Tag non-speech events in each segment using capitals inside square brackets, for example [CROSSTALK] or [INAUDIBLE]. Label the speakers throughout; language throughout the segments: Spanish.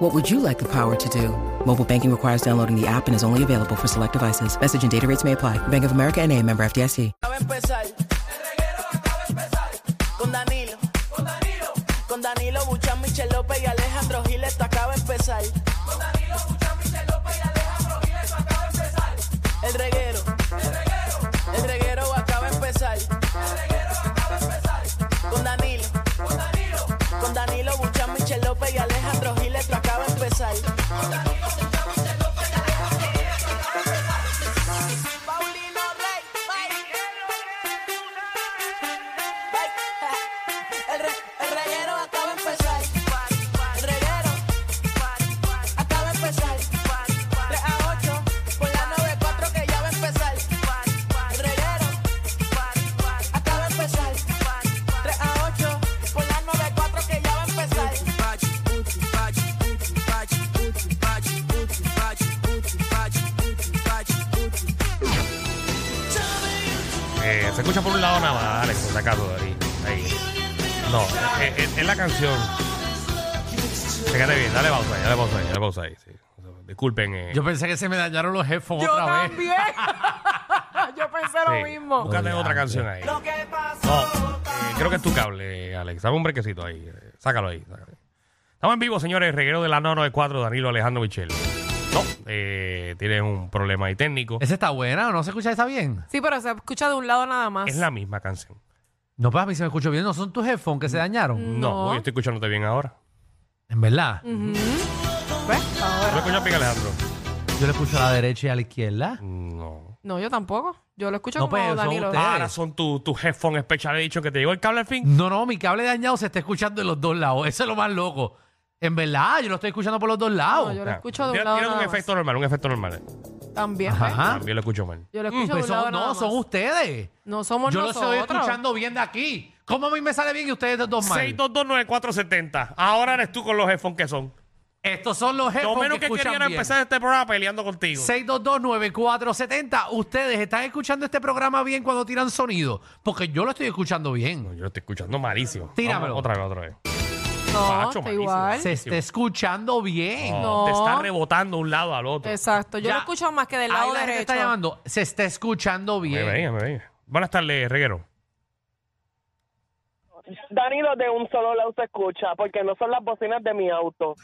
Speaker 1: What would you like the power to do? Mobile banking requires downloading the app and is only available for select devices. Message and data rates may apply. Bank of America and a member FDIC.
Speaker 2: acaba de empezar. El reguero acaba de empezar. Con Danilo. Con Danilo. Con Danilo Buchan, Michel López y Alejandro Gil, esto acaba de empezar. Con Danilo Buchan, Michel López y Alejandro Gil, esto acaba de empezar. El reguero. El reguero. El reguero acaba de empezar. El reguero acaba de empezar. Con Danilo. Con Danilo. Con Danilo Buchan, Michel López y Alejandro Gil, esto acaba de empezar. Paulino Rey. El, re, el reguero acaba de empezar. El reguero acaba de empezar. 3 a 8 por la 94 que ya va a empezar. El reguero acaba de empezar. 3 a 8 por la 94 que ya va a empezar.
Speaker 3: Eh, se escucha por un lado nada más, Alex, por si acaso, ahí. ahí. No, eh, eh, es, la canción. Fíjate bien, dale pausa ahí, dale pausa ahí, dale pausa ahí. sí. Disculpen. eh,
Speaker 4: Yo pensé que se me dañaron los headphones
Speaker 5: Yo
Speaker 4: otra vez.
Speaker 5: también. Yo pensé lo
Speaker 3: sí.
Speaker 5: mismo.
Speaker 3: Búscate
Speaker 4: Diante.
Speaker 3: otra canción ahí. No, eh, creo que es tu cable, eh, Alex. Dame un brequecito ahí. eh, Sácalo ahí. sácalo. Estamos en vivo, señores. Reguero de la 994, Danilo Alejandro Michel. No, eh, tienes un problema ahí técnico.
Speaker 4: ¿Esa está buena? ¿No se escucha esa bien?
Speaker 5: Sí, pero se escucha de un lado nada más.
Speaker 3: Es la misma canción.
Speaker 4: No, para mí se me escuchó bien. ¿No son tus headphones que se dañaron?
Speaker 3: No,
Speaker 5: No.
Speaker 3: yo estoy escuchándote bien ahora.
Speaker 4: En verdad.
Speaker 5: ¿Ves?
Speaker 3: ¿No
Speaker 5: Ahora.
Speaker 3: escuchas bien, Alejandro?
Speaker 4: Yo lo escucho a la derecha y a la izquierda.
Speaker 3: No.
Speaker 5: No, yo tampoco. Yo lo escucho
Speaker 4: No,
Speaker 5: como
Speaker 4: pero son
Speaker 5: Danilo.
Speaker 4: ustedes.
Speaker 3: Ahora son tus tu headphones special edition que te llegó el cable al fin.
Speaker 4: No, no, mi cable dañado se está escuchando de los dos lados. Eso es lo más loco. En verdad, yo lo estoy escuchando por los dos lados.
Speaker 5: No, yo lo
Speaker 3: Ah,
Speaker 5: escucho de
Speaker 3: tira-
Speaker 5: un lado
Speaker 3: tira
Speaker 5: nada
Speaker 3: un
Speaker 5: más.
Speaker 3: efecto normal, un efecto normal. eh.
Speaker 5: También. ¿ves?
Speaker 4: Ajá.
Speaker 3: También lo escucho mal.
Speaker 5: Yo lo escucho de
Speaker 4: Pues
Speaker 5: un lado
Speaker 4: son,
Speaker 5: nada
Speaker 4: no,
Speaker 5: más.
Speaker 4: son ustedes.
Speaker 5: No somos
Speaker 4: Yo lo
Speaker 5: nosotros.
Speaker 4: estoy escuchando bien de aquí. ¿Cómo a mí me sale bien y ustedes dos mal?
Speaker 3: 6229470. Ahora eres tú con los headphones que son.
Speaker 4: Estos son los
Speaker 3: Lo
Speaker 4: headphones
Speaker 3: menos que,
Speaker 4: que escuchan
Speaker 3: querían
Speaker 4: bien.
Speaker 3: empezar este programa peleando contigo.
Speaker 4: 6229470. Ustedes están escuchando este programa bien cuando tiran sonido, porque yo lo estoy escuchando
Speaker 3: No,
Speaker 4: bien.
Speaker 3: yo lo estoy escuchando malísimo.
Speaker 4: Tíramelo.
Speaker 3: Vamos, Otra vez, otra vez.
Speaker 5: No,
Speaker 3: Macho,
Speaker 5: está
Speaker 3: malísimo.
Speaker 5: igual.
Speaker 4: Se está escuchando bien.
Speaker 3: No, Te
Speaker 5: No.
Speaker 3: está rebotando de un lado al otro.
Speaker 5: Exacto. Yo
Speaker 4: Ya.
Speaker 5: lo escucho más que del
Speaker 4: Ahí
Speaker 5: lado
Speaker 4: la gente
Speaker 5: derecho.
Speaker 4: está llamando. Se está escuchando
Speaker 3: Me
Speaker 4: bien.
Speaker 3: veía, me veía. Buenas tardes, Reguero.
Speaker 6: Danilo, de un solo lado se escucha, porque no son las bocinas de mi auto.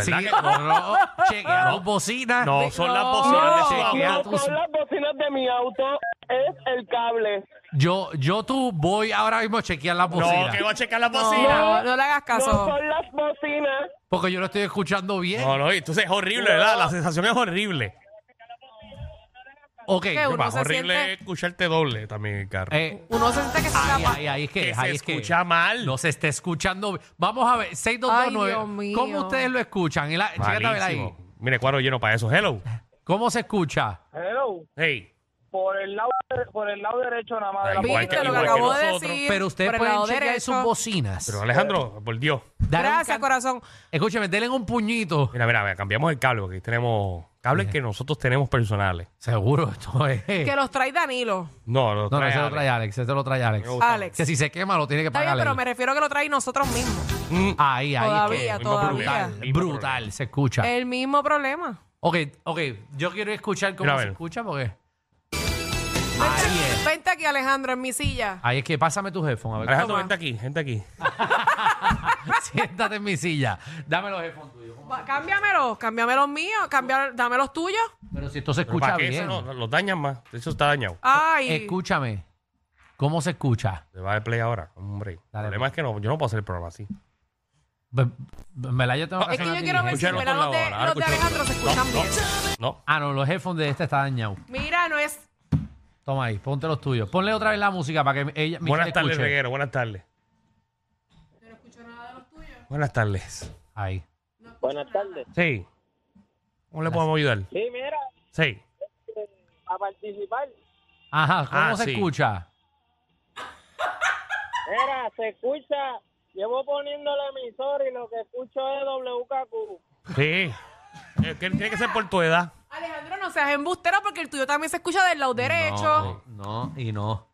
Speaker 4: Sí,
Speaker 3: ¿Verdad que
Speaker 4: no, no, chequea las bocinas. [LAUGHS]
Speaker 3: No, son las
Speaker 5: No.
Speaker 3: bocinas de su
Speaker 4: Chequea
Speaker 3: auto.
Speaker 6: No
Speaker 4: tú-
Speaker 6: son las bocinas de mi auto, es el cable.
Speaker 4: Yo, yo tú voy ahora mismo a chequear las bocinas.
Speaker 3: No, que va a checar las bocinas.
Speaker 5: No, no le hagas
Speaker 6: No
Speaker 5: caso.
Speaker 6: son las bocinas.
Speaker 4: Porque yo lo estoy escuchando bien.
Speaker 3: No, no, y entonces es horrible, ¿verdad? La sensación es horrible.
Speaker 4: Ok.
Speaker 5: ¿Qué, uno
Speaker 3: Es
Speaker 5: se
Speaker 3: horrible
Speaker 5: siente-
Speaker 3: escucharte doble también en el carro.
Speaker 4: eh,
Speaker 5: Uno se siente que se
Speaker 4: ahí,
Speaker 5: escapa.
Speaker 4: ahí, ahí es que,
Speaker 3: que
Speaker 4: es,
Speaker 3: se
Speaker 4: ahí es que-
Speaker 3: escucha mal.
Speaker 4: No se está escuchando. bien. Vamos a ver,
Speaker 5: Ay, Dios
Speaker 4: 6229.
Speaker 5: mío.
Speaker 4: ¿Cómo ustedes lo escuchan? Y la- chécate a ver ahí.
Speaker 3: Malísimo. Mire, cuadro lleno para eso. Hello.
Speaker 4: ¿Cómo se escucha?
Speaker 6: Hello,
Speaker 3: Hey.
Speaker 6: por el lado, por el lado derecho nada más. de la
Speaker 3: Ahí, igual
Speaker 6: bocina.
Speaker 5: Viste
Speaker 3: que-
Speaker 5: lo que
Speaker 3: igual que
Speaker 5: acabo de
Speaker 3: nosotros.
Speaker 5: decir.
Speaker 4: Pero ustedes
Speaker 5: por el
Speaker 4: pueden
Speaker 5: lado
Speaker 4: chequear
Speaker 5: derecho.
Speaker 4: sus bocinas.
Speaker 3: Pero Alejandro, por Dios.
Speaker 4: Dale un
Speaker 5: Gracias,
Speaker 4: can-
Speaker 5: corazón.
Speaker 4: Escúcheme, denle un puñito.
Speaker 3: Mira, mira, mira, cambiamos el cable, porque aquí tenemos cables que nosotros tenemos personales.
Speaker 4: Seguro, esto es.
Speaker 5: Que los trae Danilo.
Speaker 3: No, no,
Speaker 4: no, no,
Speaker 3: trae
Speaker 4: ese lo
Speaker 3: Ale.
Speaker 4: trae Alex, ese lo trae Alex.
Speaker 5: Alex.
Speaker 4: Que si se quema lo tiene que
Speaker 5: Está
Speaker 4: pagar.
Speaker 5: bien, pero me
Speaker 4: Alex.
Speaker 5: refiero que lo trae nosotros mismos.
Speaker 3: Mm,
Speaker 4: Ahí, ahí.
Speaker 5: Todavía,
Speaker 4: que-
Speaker 5: todavía.
Speaker 4: Brutal, brutal, se escucha.
Speaker 5: El mismo problema.
Speaker 4: Ok, ok, yo quiero escuchar cómo
Speaker 3: Mira, a
Speaker 4: se
Speaker 3: ver.
Speaker 4: escucha porque. Ahí es.
Speaker 5: Vente aquí, Alejandro, en mi silla.
Speaker 4: Ahí es que pásame tu headphones. A ver,
Speaker 3: Alejandro,
Speaker 5: Toma.
Speaker 3: gente aquí, gente aquí.
Speaker 4: [LAUGHS] siéntate en mi silla. Dame los headphones tuyos.
Speaker 5: Va, Cámbiamelos, cámbiame los míos, cambia, dame los tuyos.
Speaker 4: Pero si esto se
Speaker 3: Pero
Speaker 4: escucha
Speaker 3: ¿para qué? Eso
Speaker 4: bien.
Speaker 3: no, no, los dañan más. Eso está dañado.
Speaker 5: Ay,
Speaker 4: Escúchame. ¿Cómo se escucha?
Speaker 3: Le va a dar play ahora, hombre.
Speaker 4: Dale,
Speaker 3: el problema es que no, yo no puedo hacer el programa así.
Speaker 4: Ve- ve- ¿Verdad? Yo tengo que
Speaker 5: es
Speaker 4: hacer
Speaker 5: que yo
Speaker 4: una
Speaker 5: quiero ver si
Speaker 4: diligencia.
Speaker 3: Escucharon
Speaker 5: ¿verdad?
Speaker 3: por
Speaker 5: los
Speaker 3: la
Speaker 5: de,
Speaker 3: hora,
Speaker 5: los de
Speaker 3: escucharon.
Speaker 5: Alejandro se escuchan
Speaker 3: No, no.
Speaker 5: bien.
Speaker 3: No.
Speaker 4: Ah, no, los headphones de este están dañados.
Speaker 5: Mira, no es.
Speaker 4: Toma ahí, ponte los tuyos. Ponle otra vez la música para que ella Michelle
Speaker 3: Buenas tardes,
Speaker 4: escuche.
Speaker 3: Reguero, buenas tardes. Buenas tardes.
Speaker 4: Ahí.
Speaker 6: Buenas tardes.
Speaker 3: Sí. ¿Cómo le podemos ayudar?
Speaker 6: Sí, mira,
Speaker 3: Sí.
Speaker 6: a participar.
Speaker 4: Ajá, ¿cómo
Speaker 3: Ah,
Speaker 4: se
Speaker 3: sí.
Speaker 4: escucha?
Speaker 6: Mira, se escucha. Llevo poniendo la emisora y lo que escucho es WKQ.
Speaker 3: Sí. Eh, que Tiene que ser por tu edad.
Speaker 5: Alejandro, no seas embustero porque el tuyo también se escucha del lado derecho.
Speaker 4: No, y no.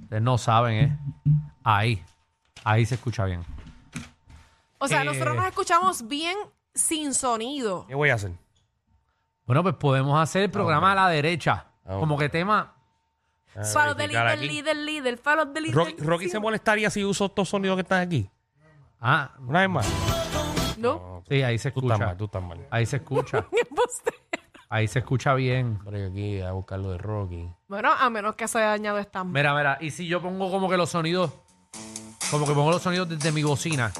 Speaker 4: Ustedes no saben, ¿eh? Ahí. Ahí se escucha bien.
Speaker 5: O sea,
Speaker 4: Eh.
Speaker 5: nosotros nos escuchamos bien sin sonido.
Speaker 3: ¿Qué voy a hacer?
Speaker 4: Bueno, pues podemos hacer el programa a la derecha.
Speaker 3: Ah,
Speaker 4: Como que tema.
Speaker 3: A
Speaker 5: Falos de
Speaker 3: verificar
Speaker 5: líder,
Speaker 3: aquí.
Speaker 5: líder, líder, falos de líder.
Speaker 3: Rocky, Rocky se
Speaker 5: sí.
Speaker 3: molestaría si uso estos sonidos que están aquí.
Speaker 4: Ah,
Speaker 3: Una vez más.
Speaker 5: No,
Speaker 4: sí, ahí se
Speaker 3: Tú estás
Speaker 4: escucha.
Speaker 3: mal, tú estás mal.
Speaker 4: Ahí se escucha.
Speaker 5: [LAUGHS] embustero.
Speaker 4: Ahí se escucha bien.
Speaker 3: Voy aquí a buscar lo de Rocky.
Speaker 5: Bueno, a menos que se haya dañado esta.
Speaker 4: Mira, mira. Y si yo pongo como que los sonidos. Como que pongo los sonidos desde mi bocina.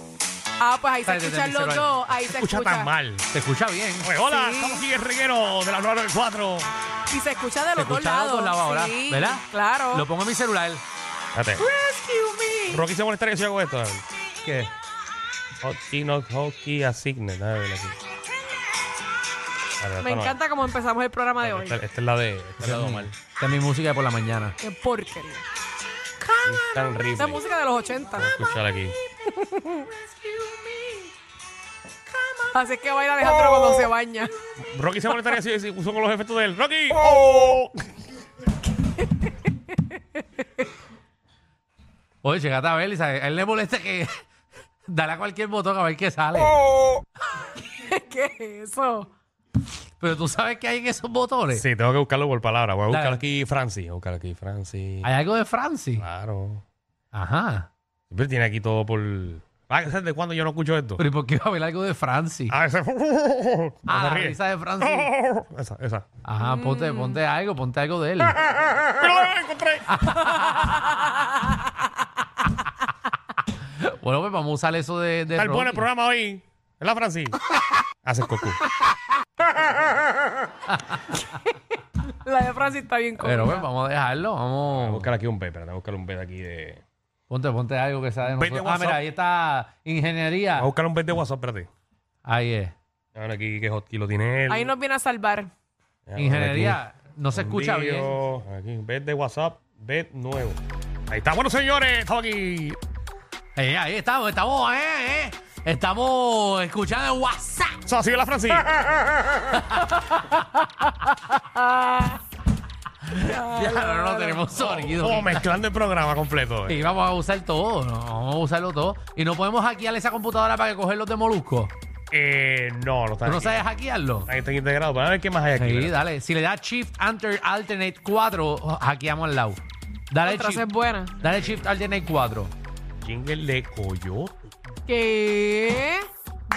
Speaker 5: Ah, pues ahí se
Speaker 4: Sale desde
Speaker 5: escuchan
Speaker 4: mi
Speaker 5: los
Speaker 4: celular.
Speaker 5: dos. Ahí se
Speaker 3: Escucha
Speaker 5: escucha.
Speaker 3: tan mal.
Speaker 4: Se escucha bien.
Speaker 3: Pues, hola,
Speaker 5: Sí.
Speaker 3: estamos aquí en el reguero de la 994.
Speaker 5: Y se escucha de
Speaker 4: Se
Speaker 5: los dos
Speaker 4: escucha de
Speaker 5: lados.
Speaker 4: los dos lados ahora.
Speaker 5: Sí,
Speaker 4: ¿Verdad?
Speaker 5: Claro.
Speaker 4: Lo pongo en mi celular.
Speaker 3: Espérate.
Speaker 5: Rescue me.
Speaker 3: Rocky se molestaría si hago esto.
Speaker 4: ¿Qué?
Speaker 3: Hockey, no hockey, assigned. Dame ver aquí. Espérate,
Speaker 5: Me
Speaker 3: esta no es.
Speaker 5: encanta cómo empezamos el programa de hoy.
Speaker 3: Esta, esta es la de. Esta es la de Omar.
Speaker 4: Esta es mi música de por la mañana.
Speaker 5: Qué porquería.
Speaker 3: Instant replay.
Speaker 5: Esta es música de los 80.
Speaker 3: Voy a escuchar aquí.
Speaker 5: Así es que baila Alejandro cuando se baña.
Speaker 3: Oh. Rocky se molestaría si, si uso con los efectos del Rocky.
Speaker 4: Oye, llegate a ver, y sabe, a él le molesta que [LAUGHS] dale a cualquier botón a ver qué sale.
Speaker 5: [LAUGHS] ¿Qué es eso?
Speaker 4: Pero tú sabes que hay en esos botones.
Speaker 3: Sí, tengo que buscarlo por palabra. Voy a buscar
Speaker 4: Dale.
Speaker 3: aquí Francis. Voy a buscar aquí Francis.
Speaker 4: Hay algo de Francis.
Speaker 3: Claro.
Speaker 4: Ajá.
Speaker 3: Siempre tiene aquí todo por. Ah, ¿sabes de cuándo yo no escucho esto?
Speaker 4: Pero ¿y por qué va a haber algo de Francis?
Speaker 3: Ah, ese. [LAUGHS]
Speaker 4: Ah,
Speaker 3: Se
Speaker 4: la
Speaker 3: ríe.
Speaker 4: risa
Speaker 3: [LAUGHS]
Speaker 4: de Francis.
Speaker 3: Esa, esa.
Speaker 4: Ajá, ponte,
Speaker 5: Mm.
Speaker 4: ponte algo, ponte algo de él.
Speaker 3: ¡Pero la encontré!
Speaker 4: Bueno, pues vamos a usar eso de, de
Speaker 3: Tal bueno el
Speaker 4: Rocky.
Speaker 3: programa hoy. ¿Verdad, Francis? Hace cocu.
Speaker 5: La de Francis está bien cómoda.
Speaker 4: Pero pues vamos a dejarlo,
Speaker 3: Voy a
Speaker 4: vamos.
Speaker 3: buscar aquí un B, espérate, voy a buscar un B de aquí de.
Speaker 4: Ponte, ponte algo que sea de
Speaker 3: Vete
Speaker 4: nosotros. Ah,
Speaker 3: WhatsApp.
Speaker 4: mira, ahí está ingeniería.
Speaker 3: Voy a buscar un B de WhatsApp, espérate.
Speaker 4: Ahí es.
Speaker 3: A ver aquí qué hotkey lo tiene él.
Speaker 5: Ahí nos viene a salvar.
Speaker 3: A ver
Speaker 4: Ingeniería, no
Speaker 3: aquí.
Speaker 4: se escucha bien.
Speaker 3: Envío. Aquí, B de WhatsApp, B nuevo. Ahí está, bueno señores, estamos aquí.
Speaker 4: Eh, ahí estamos, estamos, eh, eh. Estamos escuchando el WhatsApp.
Speaker 3: Eso así, ¿verdad,
Speaker 4: [LAUGHS]
Speaker 3: Francis?
Speaker 4: Ya, pero no tenemos
Speaker 5: Oh,
Speaker 4: sonido.
Speaker 3: Como mezclando el programa completo. eh.
Speaker 4: Y vamos a usar todo, ¿no? vamos a usarlo todo. Y no podemos hackear esa computadora para que coger los de molusco.
Speaker 3: Eh, no, no está
Speaker 4: ¿Tú no
Speaker 3: aquí.
Speaker 4: sabes hackearlo?
Speaker 3: Ahí está integrado. Vamos a ver qué más hay aquí.
Speaker 4: Sí,
Speaker 3: ¿verdad?
Speaker 4: dale. Si le das Shift Enter Alternate 4, hackeamos al lado. Dale
Speaker 5: Otra es
Speaker 4: shift,
Speaker 5: buena.
Speaker 4: dale shift Alternate 4.
Speaker 3: Jingle de Coyote.
Speaker 5: ¿Qué?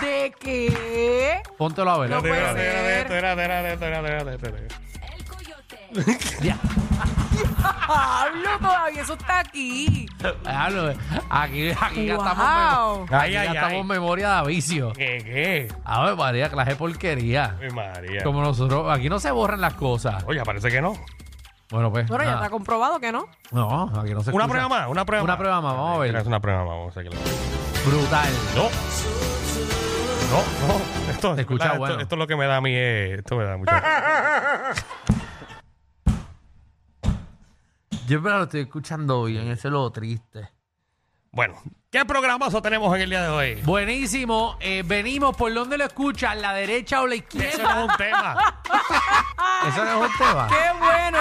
Speaker 5: ¿De qué?
Speaker 4: Póntelo a ver.
Speaker 5: No puede
Speaker 3: Espérate, espérate,
Speaker 5: ser.
Speaker 3: espérate, espérate, espérate, espérate, espérate.
Speaker 4: Ya.
Speaker 5: pues.
Speaker 4: [LAUGHS]
Speaker 5: Pablo, todavía eso está aquí.
Speaker 4: Diablo, Aquí, aquí gastamos,
Speaker 5: Wow.
Speaker 4: memo- aquí
Speaker 3: Ay, ay,
Speaker 4: gastamos
Speaker 3: ay.
Speaker 4: memoria de avicio.
Speaker 3: ¿Qué, qué?
Speaker 4: A ver, Ah, pues, María, clase de porquería.
Speaker 3: Ay, María.
Speaker 4: Como nosotros, aquí no se borran las cosas.
Speaker 3: Oye, parece que no.
Speaker 4: Bueno, pues.
Speaker 3: Ah.
Speaker 5: Bueno, ya
Speaker 4: nada.
Speaker 5: está comprobado que no.
Speaker 4: No, aquí no se
Speaker 3: Una
Speaker 4: escucha.
Speaker 3: prueba más, una prueba
Speaker 4: Una
Speaker 3: más.
Speaker 4: prueba más, vamos a ver.
Speaker 3: Es una prueba más, vamos a ver.
Speaker 4: Brutal.
Speaker 3: No. No, no. Esto,
Speaker 4: Se escucha
Speaker 3: esto-
Speaker 4: bueno.
Speaker 3: esto es lo que me da a mí. eh, esto me da
Speaker 4: [LAUGHS]
Speaker 3: mucho.
Speaker 4: Yo pero lo estoy escuchando bien, eso es lo triste.
Speaker 3: bueno, ¿qué programazo tenemos en el día de hoy?
Speaker 4: Buenísimo, eh, venimos por donde lo escuchas, la derecha o la
Speaker 3: Eso
Speaker 4: izquierda.
Speaker 3: no es un tema.
Speaker 4: Eso no es un [LAUGHS] tema.
Speaker 5: Qué bueno,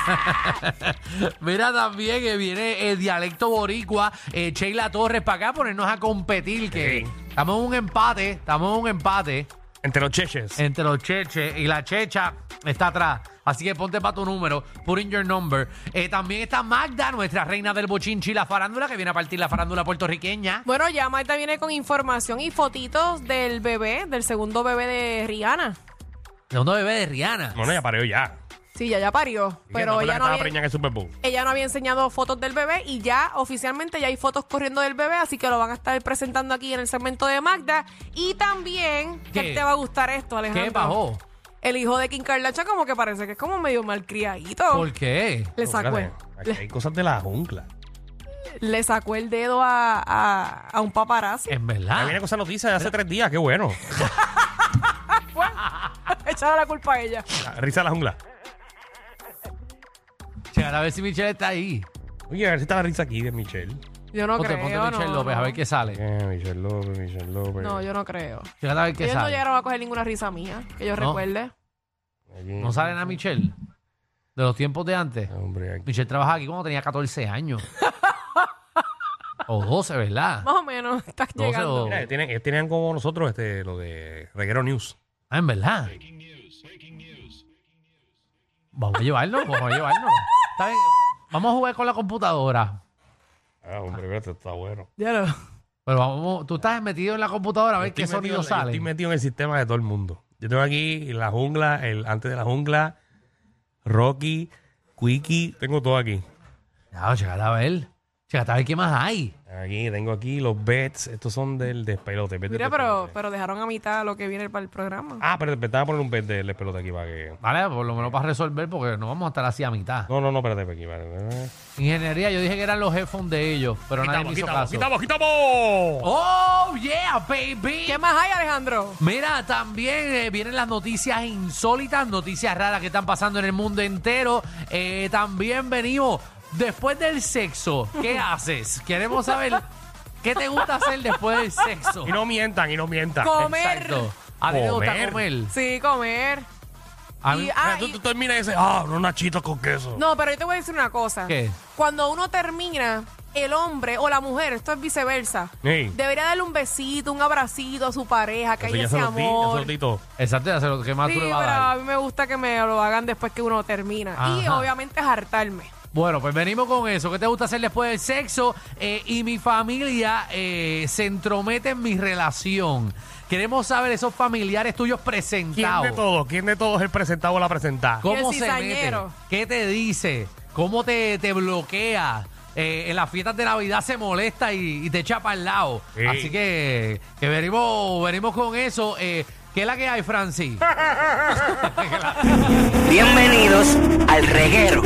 Speaker 5: qué bueno
Speaker 3: [LAUGHS]
Speaker 5: es.
Speaker 4: Mira también que viene el dialecto boricua, eh, Sheila Torres para acá a ponernos a competir, que
Speaker 3: Sí.
Speaker 4: estamos en un empate, estamos en un empate
Speaker 3: Entre los cheches.
Speaker 4: entre los cheches y la checha está atrás. Así que ponte para tu número, put in your number. Eh, también está Magda, nuestra reina del bochinchi, y la farándula, que viene a partir la farándula puertorriqueña.
Speaker 5: Bueno, ya Marta viene con información y fotitos del bebé, del segundo bebé de Rihanna.
Speaker 4: Segundo bebé de Rihanna.
Speaker 3: Bueno, ya parió ya.
Speaker 5: Sí, ya ya parió,
Speaker 3: Es que
Speaker 5: pero
Speaker 3: fue la
Speaker 5: ella
Speaker 3: que
Speaker 5: no,
Speaker 3: estaba
Speaker 5: había,
Speaker 3: preñada en el Super Bowl.
Speaker 5: ella no había enseñado fotos del bebé y ya oficialmente ya hay fotos corriendo del bebé, así que lo van a estar presentando aquí en el segmento de Magda. Y también,
Speaker 4: ¿Qué?
Speaker 5: que te va a gustar esto, Alejandro.
Speaker 4: ¿Qué bajó?
Speaker 5: El hijo de Kim Kardashian como que parece que es como medio malcriadito.
Speaker 4: ¿Por qué?
Speaker 5: Le
Speaker 3: No,
Speaker 5: sacó,
Speaker 3: espérate, Aquí hay cosas de la jungla.
Speaker 5: le sacó el dedo a, a- a un paparazzi.
Speaker 4: En
Speaker 3: Ahí
Speaker 4: verdad.
Speaker 3: viene con esa noticia de hace tres días, qué bueno.
Speaker 5: [LAUGHS] Echaba la culpa a ella.
Speaker 3: La Risa de la jungla.
Speaker 4: Checar a ver si Michelle está ahí.
Speaker 3: Oye, a ver si está la risa aquí de Michelle.
Speaker 5: Yo no
Speaker 4: ponte,
Speaker 5: creo.
Speaker 4: ponte Michelle
Speaker 5: no,
Speaker 4: López, a
Speaker 5: no.
Speaker 4: ver qué sale.
Speaker 3: Eh, Michelle López, Michelle López.
Speaker 5: No, yo no creo.
Speaker 4: Fíjate a ver qué
Speaker 5: Ellos no
Speaker 4: sale.
Speaker 5: llegaron a coger ninguna risa mía, que yo
Speaker 4: No.
Speaker 5: recuerde.
Speaker 3: Aquí. este
Speaker 4: No sale nada Michelle. De los tiempos de antes.
Speaker 3: Hombre, aquí.
Speaker 4: Michelle trabajaba aquí cuando tenía 14
Speaker 5: [LAUGHS]
Speaker 4: años. o 12, ¿verdad?
Speaker 5: Más o menos, [LAUGHS] estás
Speaker 4: No sé,
Speaker 5: llegando.
Speaker 4: o-
Speaker 3: Mira, ellos tienen, ellos tenían como nosotros este, lo de Reguero News.
Speaker 4: Ah, en verdad. Vamos a llevarlo, vamos a llevarlo. Está bien, Vamos a jugar con la computadora.
Speaker 3: Ah, hombre, mira, esto está bueno.
Speaker 5: Ya lo-
Speaker 4: Pero vamos, tú estás metido en la computadora a ver
Speaker 3: Estoy
Speaker 4: qué
Speaker 3: metido-
Speaker 4: sonido
Speaker 3: yo
Speaker 4: sale.
Speaker 3: Estoy metido en el sistema de todo el mundo. Yo tengo aquí la jungla, el antes de la jungla, Rocky, Quickie, tengo todo aquí.
Speaker 4: Claro, chécate a ver. Chécate a ver qué más hay.
Speaker 3: Aquí tengo aquí los bets, estos son del despelote. bet del
Speaker 5: Mira, pero,
Speaker 3: despelote.
Speaker 5: pero dejaron a mitad lo que viene para el programa.
Speaker 3: Ah, pero te estaba poniendo un bet del despelote aquí para que.
Speaker 4: Vale, por lo menos para resolver porque no vamos a estar así a mitad.
Speaker 3: No, no, no, espérate, para aquí. Para...
Speaker 4: Ingeniería, yo dije que eran los headphones de ellos, pero nadie me hizo caso.
Speaker 3: quitamos, quitamos.
Speaker 4: ¡Oh, yeah, baby!
Speaker 5: ¿Qué más hay, Alejandro?
Speaker 4: Mira, también eh, vienen las noticias insólitas, noticias raras que están pasando en el mundo entero. Eh, también venimos después del sexo.
Speaker 3: [LAUGHS]
Speaker 4: ¿Qué haces? Queremos saber qué te gusta hacer después del sexo.
Speaker 3: Y no mientan, y no mientan.
Speaker 5: Comer.
Speaker 4: Exacto. A mí me gusta
Speaker 3: Comer.
Speaker 4: comer.
Speaker 5: Sí, comer.
Speaker 4: A
Speaker 5: Y-
Speaker 4: mí,
Speaker 5: ah,
Speaker 3: Mira,
Speaker 5: y-
Speaker 3: tú, tú terminas y dices, ah, unos nachitos con queso.
Speaker 5: No, pero yo te voy a decir una cosa.
Speaker 4: ¿Qué?
Speaker 5: Cuando uno termina, el hombre o la mujer, esto es viceversa,
Speaker 3: Sí.
Speaker 5: debería darle un besito, un abracito a su pareja, que
Speaker 3: Eso
Speaker 5: haya
Speaker 3: ya
Speaker 5: ese
Speaker 3: se los di, ya se
Speaker 5: amor.
Speaker 3: los di todo.
Speaker 4: exacto, ya sé lo que más
Speaker 5: Sí,
Speaker 4: tú le
Speaker 5: pero
Speaker 4: vas a dar.
Speaker 5: a mí me gusta que me lo hagan después que uno termina. Y
Speaker 4: Ajá.
Speaker 5: obviamente es hartarme.
Speaker 4: Bueno, pues venimos con eso. ¿Qué te gusta hacer después del sexo? Eh, y mi familia eh, se entromete en mi relación. Queremos saber esos familiares tuyos
Speaker 3: ¿Quién de
Speaker 4: presentados.
Speaker 3: todos? ¿Quién de todos es el presentado o la presentada?
Speaker 5: Y
Speaker 4: ¿Cómo
Speaker 5: el
Speaker 4: se mete?
Speaker 5: cizañero.
Speaker 4: ¿Qué te dice? ¿Cómo te, te bloquea? Eh, en las fiestas de Navidad se molesta y, y te echa para el lado.
Speaker 3: Sí.
Speaker 4: Así que, que venimos, venimos con eso. Eh, ¿Qué es la que hay, Francis?
Speaker 7: Bienvenidos al reguero.